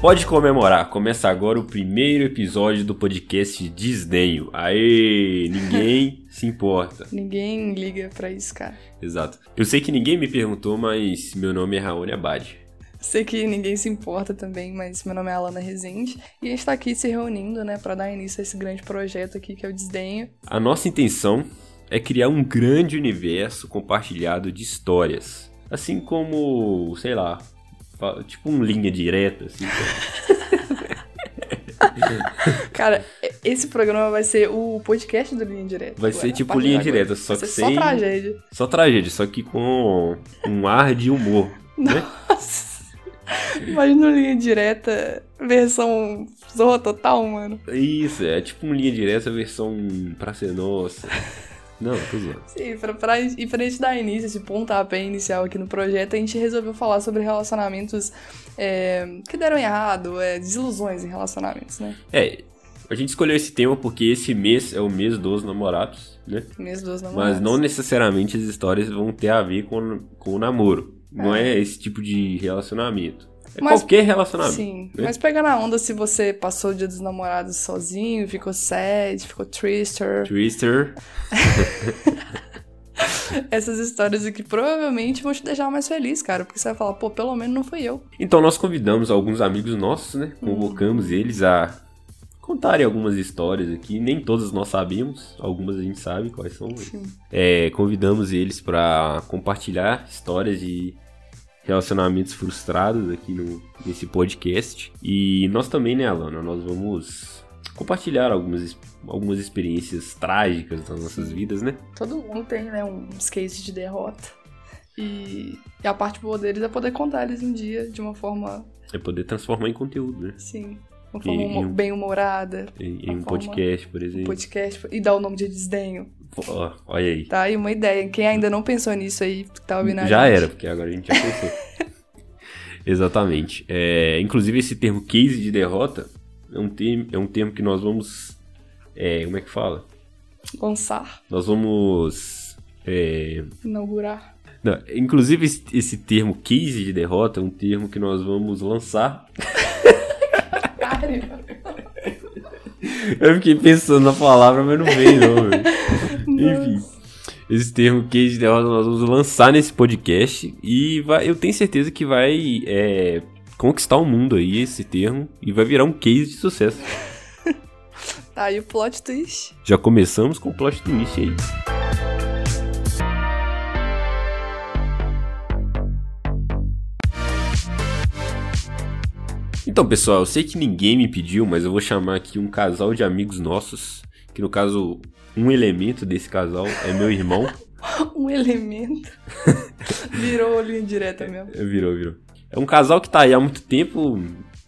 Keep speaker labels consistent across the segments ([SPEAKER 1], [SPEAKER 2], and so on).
[SPEAKER 1] Pode comemorar. Começa agora o primeiro episódio do podcast Desdenho. Aê! Ninguém se importa.
[SPEAKER 2] Ninguém liga pra isso, cara.
[SPEAKER 1] Exato. Eu sei que ninguém me perguntou, mas meu nome é Raoni Abad.
[SPEAKER 2] Sei que ninguém se importa também, mas meu nome é Alana Rezende e a gente tá aqui se reunindo, né, pra dar início a esse grande projeto aqui que é o Desdenho.
[SPEAKER 1] A nossa intenção é criar um grande universo compartilhado de histórias. Assim como, sei lá, fa- tipo um linha direta, assim.
[SPEAKER 2] Cara, e- esse programa vai ser o podcast do Linha Direta.
[SPEAKER 1] Vai
[SPEAKER 2] Ué,
[SPEAKER 1] ser
[SPEAKER 2] a
[SPEAKER 1] tipo
[SPEAKER 2] partir
[SPEAKER 1] linha
[SPEAKER 2] de agora.
[SPEAKER 1] direta, só
[SPEAKER 2] Vai
[SPEAKER 1] que
[SPEAKER 2] ser
[SPEAKER 1] sem.
[SPEAKER 2] só tragédia.
[SPEAKER 1] Só tragédia, só que com um ar de humor.
[SPEAKER 2] Nossa. Imagina o Linha Direta versão zorra total, mano.
[SPEAKER 1] Isso, é tipo um linha direta versão pra ser nossa. Não, tô zoando.
[SPEAKER 2] Sim, pra, pra- e pra gente dar início, esse pontapé inicial aqui no projeto, a gente resolveu falar sobre relacionamentos é, que deram errado, é, desilusões em relacionamentos, né?
[SPEAKER 1] É, a gente escolheu esse tema porque esse mês é o mês dos namorados, né?
[SPEAKER 2] Mesmo duas namoradas.
[SPEAKER 1] Mas não necessariamente as histórias vão ter a ver com, com o namoro. Não é esse tipo de relacionamento. É
[SPEAKER 2] Mas-
[SPEAKER 1] qualquer relacionamento.
[SPEAKER 2] Sim,
[SPEAKER 1] né?
[SPEAKER 2] mas pega na onda se você passou o dia dos namorados sozinho, ficou sad, ficou trister.
[SPEAKER 1] Twister,
[SPEAKER 2] Essas histórias aqui provavelmente vão te deixar mais feliz, cara, porque você vai falar, pô, pelo menos não fui eu.
[SPEAKER 1] Então nós convidamos alguns amigos nossos, né?
[SPEAKER 2] Hum.
[SPEAKER 1] Convocamos eles a contarem algumas histórias aqui. Nem todas nós sabíamos, algumas a gente sabe quais são.
[SPEAKER 2] Sim.
[SPEAKER 1] É, convidamos eles para compartilhar histórias de relacionamentos frustrados aqui no, nesse podcast. E nós também, né, Alana? Nós vamos compartilhar algumas, ex- algumas experiências trágicas das nossas vidas, né?
[SPEAKER 2] Todo mundo tem, né, uns cases de derrota. E, e a parte boa deles é poder contar eles um dia de uma forma,
[SPEAKER 1] É poder transformar em conteúdo, né?
[SPEAKER 2] assim, uma forma
[SPEAKER 1] E- e
[SPEAKER 2] humo-
[SPEAKER 1] um-
[SPEAKER 2] bem-humorada,
[SPEAKER 1] Em, em um
[SPEAKER 2] Uma forma-
[SPEAKER 1] podcast, por
[SPEAKER 2] um
[SPEAKER 1] exemplo.
[SPEAKER 2] podcast, e dar o nome de desdenho,
[SPEAKER 1] Ó, olha aí.
[SPEAKER 2] tá? E uma ideia, quem ainda não pensou nisso aí, que tá ouvindo a
[SPEAKER 1] Já
[SPEAKER 2] gente.
[SPEAKER 1] era, porque agora a gente já pensou. Exatamente. É, inclusive, esse termo case de derrota é um, termo, é um termo que nós vamos. é, como é que fala?
[SPEAKER 2] Lançar,
[SPEAKER 1] Nós vamos. é,
[SPEAKER 2] inaugurar.
[SPEAKER 1] não, inclusive, esse, esse termo case de derrota é um termo que nós vamos lançar.
[SPEAKER 2] Caralho.
[SPEAKER 1] Eu fiquei pensando na palavra, mas não veio, não, velho. Enfim. Esse termo case de derrota nós vamos lançar nesse podcast e vai- eu tenho certeza que vai é, conquistar o mundo aí, esse termo, e vai virar um case de sucesso.
[SPEAKER 2] Tá aí o plot twist.
[SPEAKER 1] Já começamos com o plot twist aí. Então, pessoal, eu sei que ninguém me pediu, mas eu vou chamar aqui um casal de amigos nossos, que no caso, um elemento desse casal é meu irmão.
[SPEAKER 2] Um elemento. Virou olho indireta mesmo.
[SPEAKER 1] Virou, virou. É um casal que tá aí há muito tempo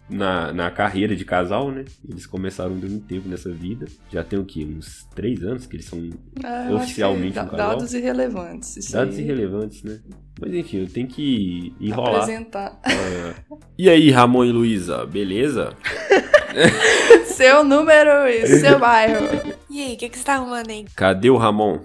[SPEAKER 1] na, na carreira de casal, né? Eles começaram dando tempo nessa vida. Já tem o quê? Uns três anos que eles são
[SPEAKER 2] Ah, eu acho que
[SPEAKER 1] Oficialmente
[SPEAKER 2] da-
[SPEAKER 1] um casal?
[SPEAKER 2] Dados irrelevantes. isso
[SPEAKER 1] Dados
[SPEAKER 2] aí.
[SPEAKER 1] irrelevantes, né? Mas enfim, eu tenho que enrolar.
[SPEAKER 2] Apresentar.
[SPEAKER 1] Ah, E aí, Ramon e Luísa, beleza?
[SPEAKER 2] seu número e seu bairro.
[SPEAKER 3] E aí, o que, que você tá arrumando aí?
[SPEAKER 1] Cadê o Ramon?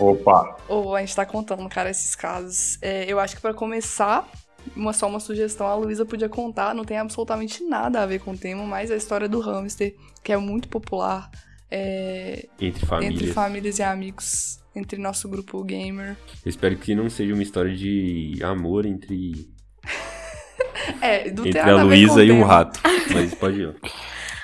[SPEAKER 4] Opa,
[SPEAKER 2] Ou a gente tá contando, cara, esses casos. É, eu acho que pra começar, uma, só uma sugestão, a Luísa podia contar, não tem absolutamente nada a ver com o tema, mas a história do hamster, que é muito popular é,
[SPEAKER 1] Entre famílias.
[SPEAKER 2] entre famílias e amigos, entre nosso grupo gamer.
[SPEAKER 1] Eu espero que não seja uma história de amor entre,
[SPEAKER 2] É, do
[SPEAKER 1] entre
[SPEAKER 2] tem nada
[SPEAKER 1] a
[SPEAKER 2] ver com
[SPEAKER 1] Luísa
[SPEAKER 2] o
[SPEAKER 1] e um
[SPEAKER 2] tema.
[SPEAKER 1] rato. Mas pode ir. ó.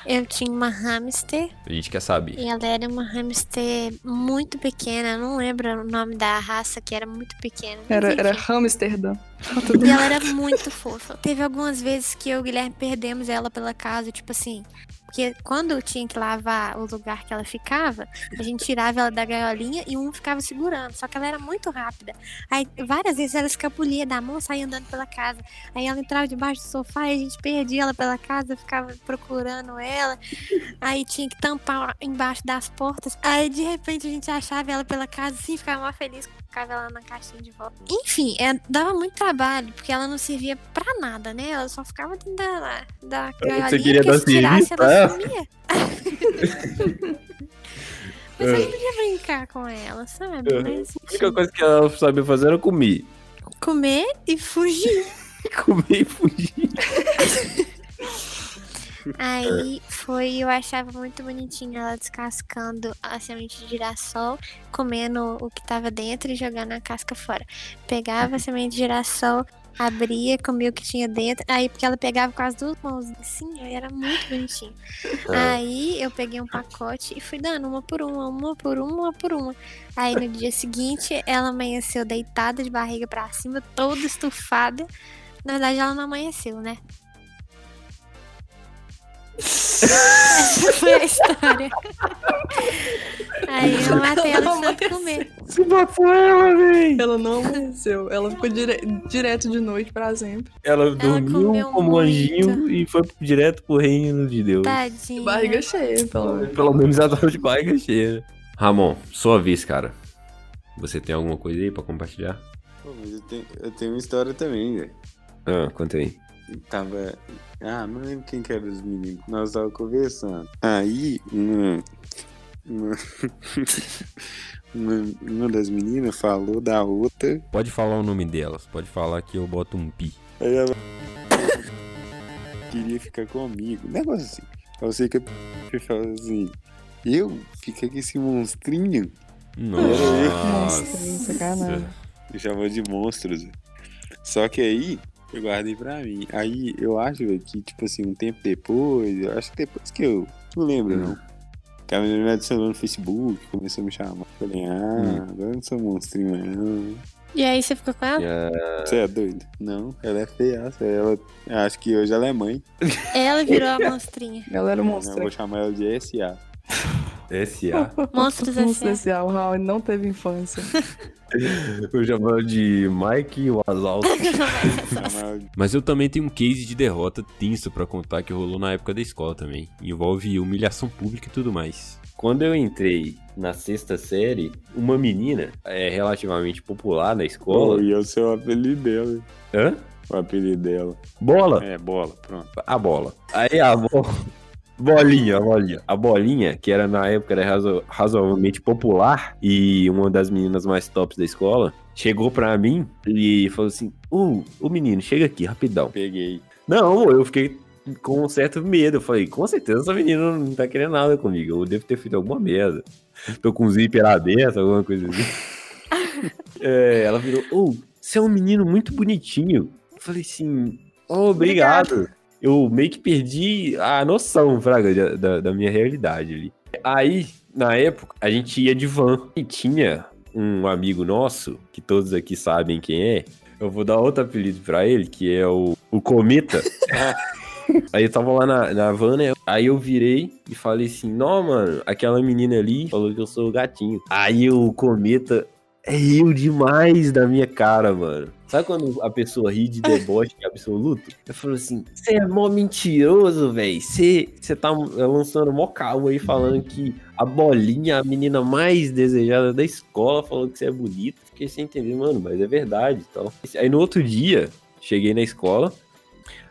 [SPEAKER 3] Eu tinha uma hamster
[SPEAKER 1] A gente quer saber.
[SPEAKER 3] e ela era uma hamster muito pequena, eu não lembro o nome da raça, que era muito pequena. mas
[SPEAKER 2] Era,
[SPEAKER 3] enfim.
[SPEAKER 2] era Hamsterdã.
[SPEAKER 3] E ela era muito fofa. Teve algumas vezes que eu e o Guilherme perdemos ela pela casa, tipo assim. Porque quando eu tinha que lavar o lugar que ela ficava, a gente tirava ela da gaiolinha e um ficava segurando. Só que ela era muito rápida. Aí várias vezes ela escapulia da mão, saía andando pela casa. Aí ela entrava debaixo do sofá e a gente perdia ela pela casa, ficava procurando ela. Aí tinha que tampar embaixo das portas. Aí de repente a gente achava ela pela casa assim, ficava mó feliz colocava ela na caixinha de volta. Enfim, é, dava muito trabalho, porque ela não servia pra nada, né? Ela só ficava dentro da, da gaiolinha,
[SPEAKER 4] queria
[SPEAKER 3] porque
[SPEAKER 4] dar
[SPEAKER 3] se tirasse,
[SPEAKER 4] serviço pra
[SPEAKER 3] ela
[SPEAKER 4] ela?
[SPEAKER 3] sumia. Mas eu não podia brincar com ela, sabe?
[SPEAKER 4] É.
[SPEAKER 3] Mas,
[SPEAKER 4] a única coisa que ela sabia fazer era comer.
[SPEAKER 3] comer e fugir.
[SPEAKER 4] Comer e fugir.
[SPEAKER 3] Aí foi, eu achava muito bonitinho ela descascando a semente de girassol, comendo o que tava dentro e jogando a casca fora. Pegava a semente de girassol, abria, comia o que tinha dentro. Aí, porque ela pegava com as duas mãos assim, aí era muito bonitinho. Aí eu peguei um pacote e fui dando uma por uma, uma por uma, uma por uma. Aí no dia seguinte, ela amanheceu deitada de barriga pra cima, toda estufada. Na verdade, ela não amanheceu, né? Essa foi a história. Aí eu matei ela de tanto comer.
[SPEAKER 4] Se matou ela, véi!
[SPEAKER 2] Ela não amanheceu. Ela ficou dire- direto de noite pra sempre.
[SPEAKER 4] Ela dormiu
[SPEAKER 3] comeu
[SPEAKER 4] como um
[SPEAKER 3] muito.
[SPEAKER 4] anjinho e foi direto pro reino de Deus.
[SPEAKER 3] Tadinha.
[SPEAKER 2] Barriga cheia, pelo menos.
[SPEAKER 4] Pelo
[SPEAKER 1] é
[SPEAKER 4] menos ela tava de barriga cheia.
[SPEAKER 1] Ramon, sua vez, cara. Você tem alguma coisa aí pra compartilhar?
[SPEAKER 5] Pô, mas eu tenho, eu tenho uma história também, velho.
[SPEAKER 1] Ah, conta aí.
[SPEAKER 5] Tava. Ah, não lembro quem que era os meninos. Nós tava conversando. Aí, uma. Uma, uma, uma das meninas falou da outra.
[SPEAKER 1] Pode falar o nome delas, pode falar que eu boto um pi.
[SPEAKER 5] Aí ela. Queria ficar comigo. Um negócio assim. Eu sei que eu falou assim. Eu fiquei com esse monstrinho.
[SPEAKER 1] Nossa.
[SPEAKER 2] Nossa, sacanagem.
[SPEAKER 5] Me chamou de monstros. velho. Só que aí, eu guardei pra mim. Aí, eu acho, velho, que, tipo assim, um tempo depois, eu acho que depois que eu. Não lembro, não. Que a menina me adicionou no Facebook, começou a me chamar. Falei, ah, agora eu não sou monstrinho, mais, não.
[SPEAKER 3] E aí você ficou com ela?
[SPEAKER 5] Você é doido? Não, ela é feiaça. Ela, acho que hoje ela é mãe.
[SPEAKER 3] Ela virou a monstrinha.
[SPEAKER 2] Galera,
[SPEAKER 5] Eu vou
[SPEAKER 2] monstro.
[SPEAKER 5] chamar ela de SA.
[SPEAKER 1] S.A.
[SPEAKER 3] Monstros
[SPEAKER 2] Monstro
[SPEAKER 3] assim.
[SPEAKER 2] especial, o Raul não teve infância.
[SPEAKER 4] Eu chamava de Mike Wazowski.
[SPEAKER 5] Chamar ela de-
[SPEAKER 1] Mas eu também tenho um case de derrota tenso pra contar que rolou na época da escola também. Envolve humilhação pública e tudo mais. Quando eu entrei na sexta série, uma menina é relativamente popular na
[SPEAKER 5] Pô,
[SPEAKER 1] escola.
[SPEAKER 5] e eu sei o apelido dela.
[SPEAKER 1] Hã?
[SPEAKER 5] O apelido dela.
[SPEAKER 1] Bola!
[SPEAKER 5] É, bola, pronto.
[SPEAKER 1] A bola. Aí a bo- bolinha, a bolinha. A bolinha, que era na época era razo- razoavelmente popular e uma das meninas mais tops da escola, chegou pra mim e falou assim: "Ô, ô menino, chega aqui rapidão".
[SPEAKER 5] Peguei.
[SPEAKER 1] Não, eu fiquei com um certo medo. Eu falei, com certeza essa menina não tá querendo nada comigo. Eu devo ter feito alguma merda. Tô com um zíper aberto, alguma coisa assim. É, ela virou, ô, você é um menino muito bonitinho. Eu falei assim, "Ô, obrigado. Eu meio que perdi a noção, Fraga, da- da, da minha realidade ali. Aí, na época, a gente ia de van e tinha um amigo nosso, que todos aqui sabem quem é. Eu vou dar outro apelido pra ele, que é o, o Cometa. Aí eu tava lá na, na van, né? Aí eu virei e falei assim: Não, mano, aquela menina ali falou que eu sou o gatinho. Aí o cometa riu demais da minha cara, mano. Sabe quando a pessoa ri de deboche absoluto? Eu falo assim: Você é mó mentiroso, velho. Você tá lançando mó calma aí falando que a bolinha, a menina mais desejada da escola, falou que você é bonito. Fiquei sem entender, mano, mas é verdade. Então. Aí no outro dia, cheguei na escola.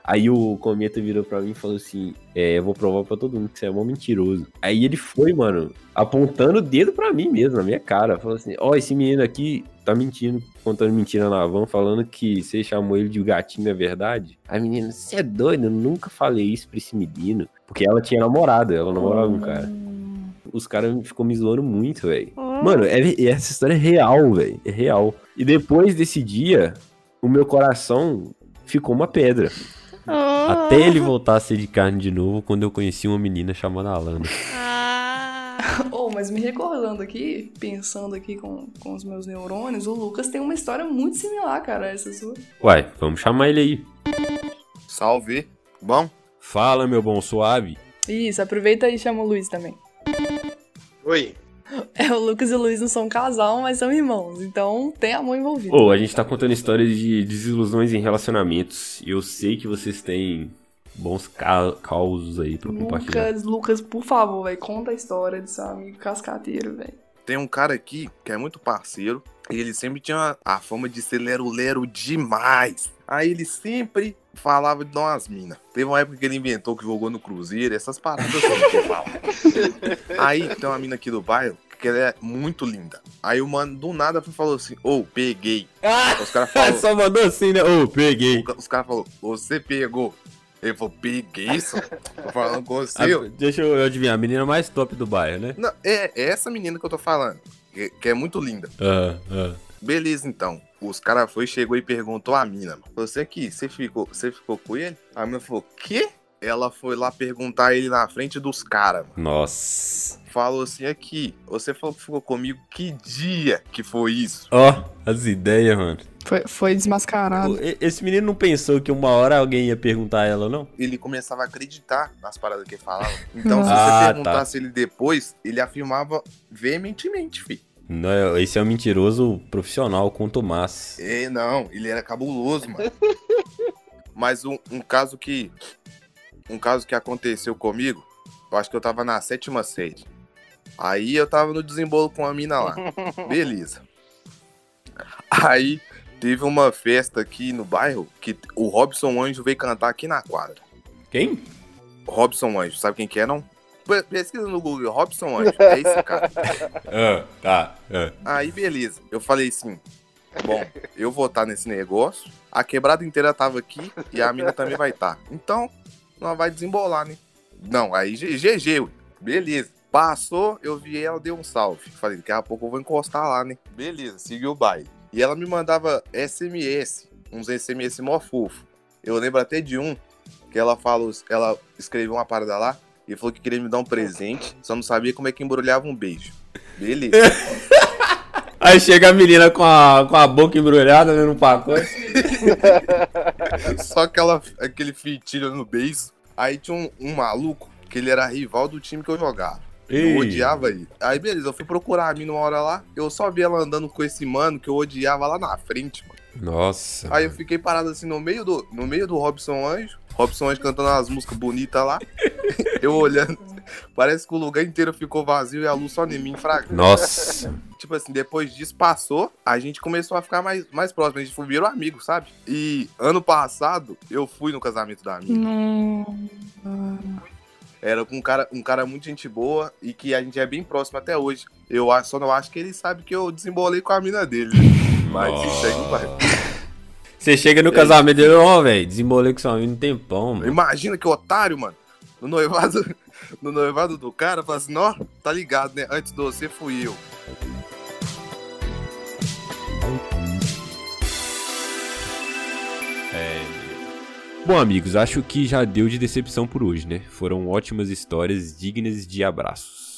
[SPEAKER 1] Aí o Cometa virou pra mim e falou assim: É, eu vou provar pra todo mundo que você é mó mentiroso. Aí ele foi, mano, apontando o dedo pra mim mesmo, na minha cara. Falou assim: Ó, esse menino aqui tá mentindo, contando mentira na van, falando que você chamou ele de gatinho, é verdade? Aí a menina, você é doido, eu nunca falei isso pra esse menino. Porque ela tinha namorado, ela namorava um cara. Os caras ficou me zoando muito, velho. Mano, é- é- essa história é real, velho. É real. E depois desse dia, o meu coração ficou uma pedra.
[SPEAKER 3] Oh,
[SPEAKER 1] Até ele voltar a ser de carne de novo quando eu conheci uma menina chamada Alana.
[SPEAKER 3] Ah.
[SPEAKER 2] Oh, mas me recordando aqui, pensando aqui com, com os meus neurônios, o Lucas tem uma história muito similar, cara, a essa sua.
[SPEAKER 1] Uai, vamos chamar ele aí.
[SPEAKER 6] Salve. Bom?
[SPEAKER 1] Fala, meu bom suave.
[SPEAKER 2] Isso, aproveita e chama o Luiz também.
[SPEAKER 6] Oi.
[SPEAKER 2] É, o Lucas e o Luiz não são um casal, mas são irmãos, então tem amor envolvido.
[SPEAKER 1] Ô, a gente tá contando histórias de desilusões em relacionamentos. E eu sei que vocês têm bons ca- causos aí pra compartilhar.
[SPEAKER 2] Lucas, Lucas, por favor, velho, conta a história do seu amigo cascateiro, velho.
[SPEAKER 6] Tem um cara aqui que é muito parceiro. E ele sempre tinha a fama de ser lero-lero demais. Aí ele sempre falava de umas minas. Teve uma época que ele inventou que jogou no Cruzeiro, essas paradas assim que eu falo. Aí tem uma mina aqui do bairro que ela é muito linda. Aí o mano do nada falou assim: Ô,
[SPEAKER 1] Ah, é
[SPEAKER 6] peguei. Os caras falaram.
[SPEAKER 1] mandou assim, né? Ô, peguei.
[SPEAKER 6] Os caras falaram: Você pegou. Ele falou, preguiça. Tô falando com você.
[SPEAKER 1] A- Ah, deixa eu adivinhar, a menina mais top do bairro, né?
[SPEAKER 6] Não, é, é essa menina que eu tô falando, que, que é muito linda.
[SPEAKER 1] Ah, ah.
[SPEAKER 6] Beleza, então. Os caras foi, chegou e perguntou a mina. mano, Você aqui, você ficou, você ficou com ele? A mina falou, quê? Ela foi lá perguntar ele na frente dos caras, mano.
[SPEAKER 1] Nossa.
[SPEAKER 6] Falou assim, aqui, você falou que ficou comigo, que dia que foi isso?
[SPEAKER 1] Ó, as ideias, mano.
[SPEAKER 2] Foi, foi
[SPEAKER 6] Ah.
[SPEAKER 2] desmascarado.
[SPEAKER 1] Pô, e- Esse menino não pensou que uma hora alguém ia perguntar a ela, não?
[SPEAKER 6] Ele começava a acreditar nas paradas que ele falava. Então, se
[SPEAKER 1] Ah,
[SPEAKER 6] você
[SPEAKER 1] tá.
[SPEAKER 6] perguntasse ele depois, ele afirmava veementemente, fi.
[SPEAKER 1] não esse é um mentiroso profissional com o Tomás.
[SPEAKER 6] É, não, ele era cabuloso, mano. Mas um, um caso que. Um caso que aconteceu comigo, eu acho que eu tava na sétima série. Aí eu tava no desembolo com a mina lá. Beleza. Aí teve uma festa aqui no bairro que o Robson Anjo veio cantar aqui na quadra.
[SPEAKER 1] Quem?
[SPEAKER 6] Robson Anjo, sabe quem que é, não? Pe- Pesquisa no Google, Robson Anjo, é esse cara.
[SPEAKER 1] Ah, tá. ah.
[SPEAKER 6] Aí, beleza. Eu falei assim: bom, eu vou estar nesse negócio. A quebrada inteira tava aqui e a mina também vai estar. Então, nós vai desembolar, né? Não, aí G- GG, ué. beleza. Passou, eu vi ela, deu um salve. Falei, daqui a pouco eu vou encostar lá, né? Beleza, seguiu o baile. E ela me mandava SMS, uns SMS mó fofo. Eu lembro até de um que ela falou, ela escreveu uma parada lá e falou que queria me dar um presente, só não sabia como é que embrulhava um beijo. Beleza.
[SPEAKER 1] Aí chega a menina com a, com a boca embrulhada né, no pacote.
[SPEAKER 6] Só aquela, aquele fitilho no beijo. Aí tinha um, um maluco que ele era rival do time que eu jogava. Eu odiava ele. Aí, beleza, eu fui procurar a mina uma hora lá. Eu só vi ela andando com esse mano que eu odiava lá na frente, mano.
[SPEAKER 1] Nossa.
[SPEAKER 6] Aí eu fiquei parado assim no meio do, no meio do Robson Anjo. Robson Anjo cantando umas músicas bonitas lá. eu olhando. Parece que o lugar inteiro ficou vazio e a luz só em mim fraga.
[SPEAKER 1] Nossa.
[SPEAKER 6] Tipo assim, depois disso passou, a gente começou a ficar mais, mais próximo. A gente virou amigo, sabe? E ano passado, eu fui no casamento da mina.
[SPEAKER 2] Não.
[SPEAKER 6] Era com um cara, um cara muito gente boa e que a gente é bem próximo até hoje. Eu acho- só não acho que ele sabe que eu desembolei com a mina dele. né? Mas isso aí não vai.
[SPEAKER 1] Você chega no casamento dele, ó, velho, desembolei com sua mina um tempão, mano.
[SPEAKER 6] Imagina que otário, mano. No noivado, no noivado do cara, fala assim, ó, tá ligado, né? Antes de você fui eu.
[SPEAKER 1] Bom, amigos, acho que já deu de decepção por hoje, né? Foram ótimas histórias dignas de abraços.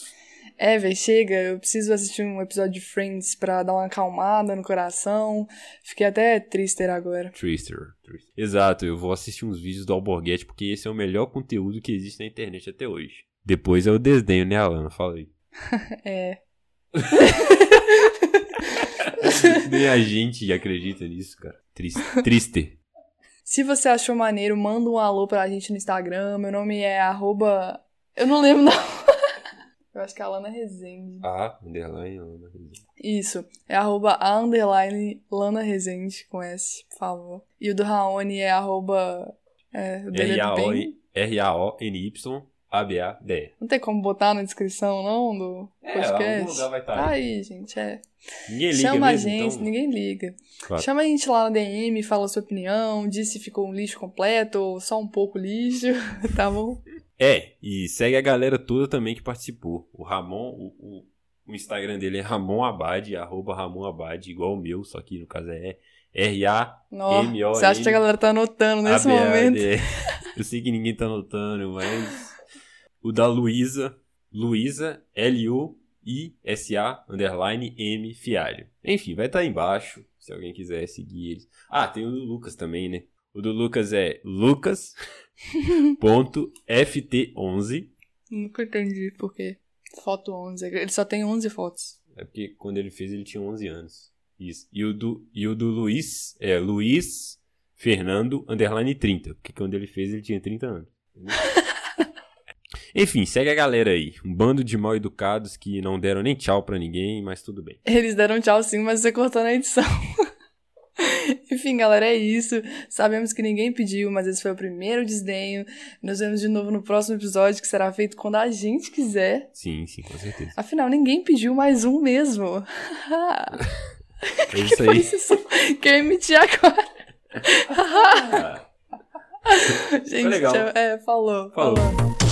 [SPEAKER 2] É, velho, chega. Eu preciso assistir um episódio de Friends pra dar uma acalmada no coração. Fiquei até triste agora.
[SPEAKER 1] Trister. Trister. Exato, eu vou assistir uns vídeos do Alborguete porque esse é o melhor conteúdo que existe na internet até hoje. Depois eu desdenho, né, Alana? Fala aí.
[SPEAKER 2] É.
[SPEAKER 1] Nem a gente acredita nisso, cara. Triste. Triste.
[SPEAKER 2] Se você achou maneiro, manda um alô pra gente no Instagram. Meu nome é arroba... Eu não lembro, não. Eu acho que é Alana Rezende.
[SPEAKER 1] Ah, underline, Alana.
[SPEAKER 2] Isso. É arroba a underline Lana Rezende, com S, por favor. E o do Raoni é arroba... É, o dele é do bem.
[SPEAKER 1] R-A-O-N-Y-A-B-A-D.
[SPEAKER 2] Não tem como botar na descrição, não, do podcast?
[SPEAKER 1] É, vai estar. né?
[SPEAKER 2] Tá aí, gente, é.
[SPEAKER 1] Ninguém liga
[SPEAKER 2] Chama
[SPEAKER 1] mesmo,
[SPEAKER 2] a gente,
[SPEAKER 1] então.
[SPEAKER 2] ninguém liga.
[SPEAKER 1] Claro.
[SPEAKER 2] Chama a gente lá na DM, fala a sua opinião, diz se ficou um lixo completo ou só um pouco lixo, tá bom?
[SPEAKER 1] É, e segue a galera toda também que participou. O Ramon, o, o- o Instagram dele é Ramon Abad, arroba Ramon Abad, igual o meu, só que no caso é R-A.
[SPEAKER 2] Nó,
[SPEAKER 1] M.O.N.
[SPEAKER 2] você acha que a galera tá anotando nesse
[SPEAKER 1] ABAD.
[SPEAKER 2] momento?
[SPEAKER 1] Eu sei que ninguém tá notando, mas. O da Luísa. Luísa, L-U-I-S-A, underline M, Fialho. Enfim, vai estar aí embaixo, se alguém quiser seguir eles. Ah, tem o do Lucas também, né? O do Lucas é lucas.ft11.
[SPEAKER 2] Nunca entendi por quê. Foto 11, ele só tem 11 fotos.
[SPEAKER 1] É porque quando ele fez ele tinha 11 anos. Isso. E o do, e o do Luiz é Luiz Fernando underline 30. Porque quando ele fez ele tinha 30 anos. entendeu? Enfim, segue a galera aí. Um bando de mal educados que não deram nem tchau pra ninguém, mas tudo bem.
[SPEAKER 2] Eles deram tchau sim, mas você cortou na edição. Enfim, galera, é isso. Sabemos que ninguém pediu, mas esse foi o primeiro desdenho. Nos vemos de novo no próximo episódio, que será feito quando a gente quiser.
[SPEAKER 1] Sim, sim, com certeza.
[SPEAKER 2] Afinal, ninguém pediu mais um mesmo.
[SPEAKER 1] É isso
[SPEAKER 2] Foi
[SPEAKER 1] aí.
[SPEAKER 2] isso. Quem emitir agora?
[SPEAKER 1] Ah,
[SPEAKER 2] Gente,
[SPEAKER 1] legal.
[SPEAKER 2] tchau. É, falou.
[SPEAKER 1] Falou.
[SPEAKER 2] falou.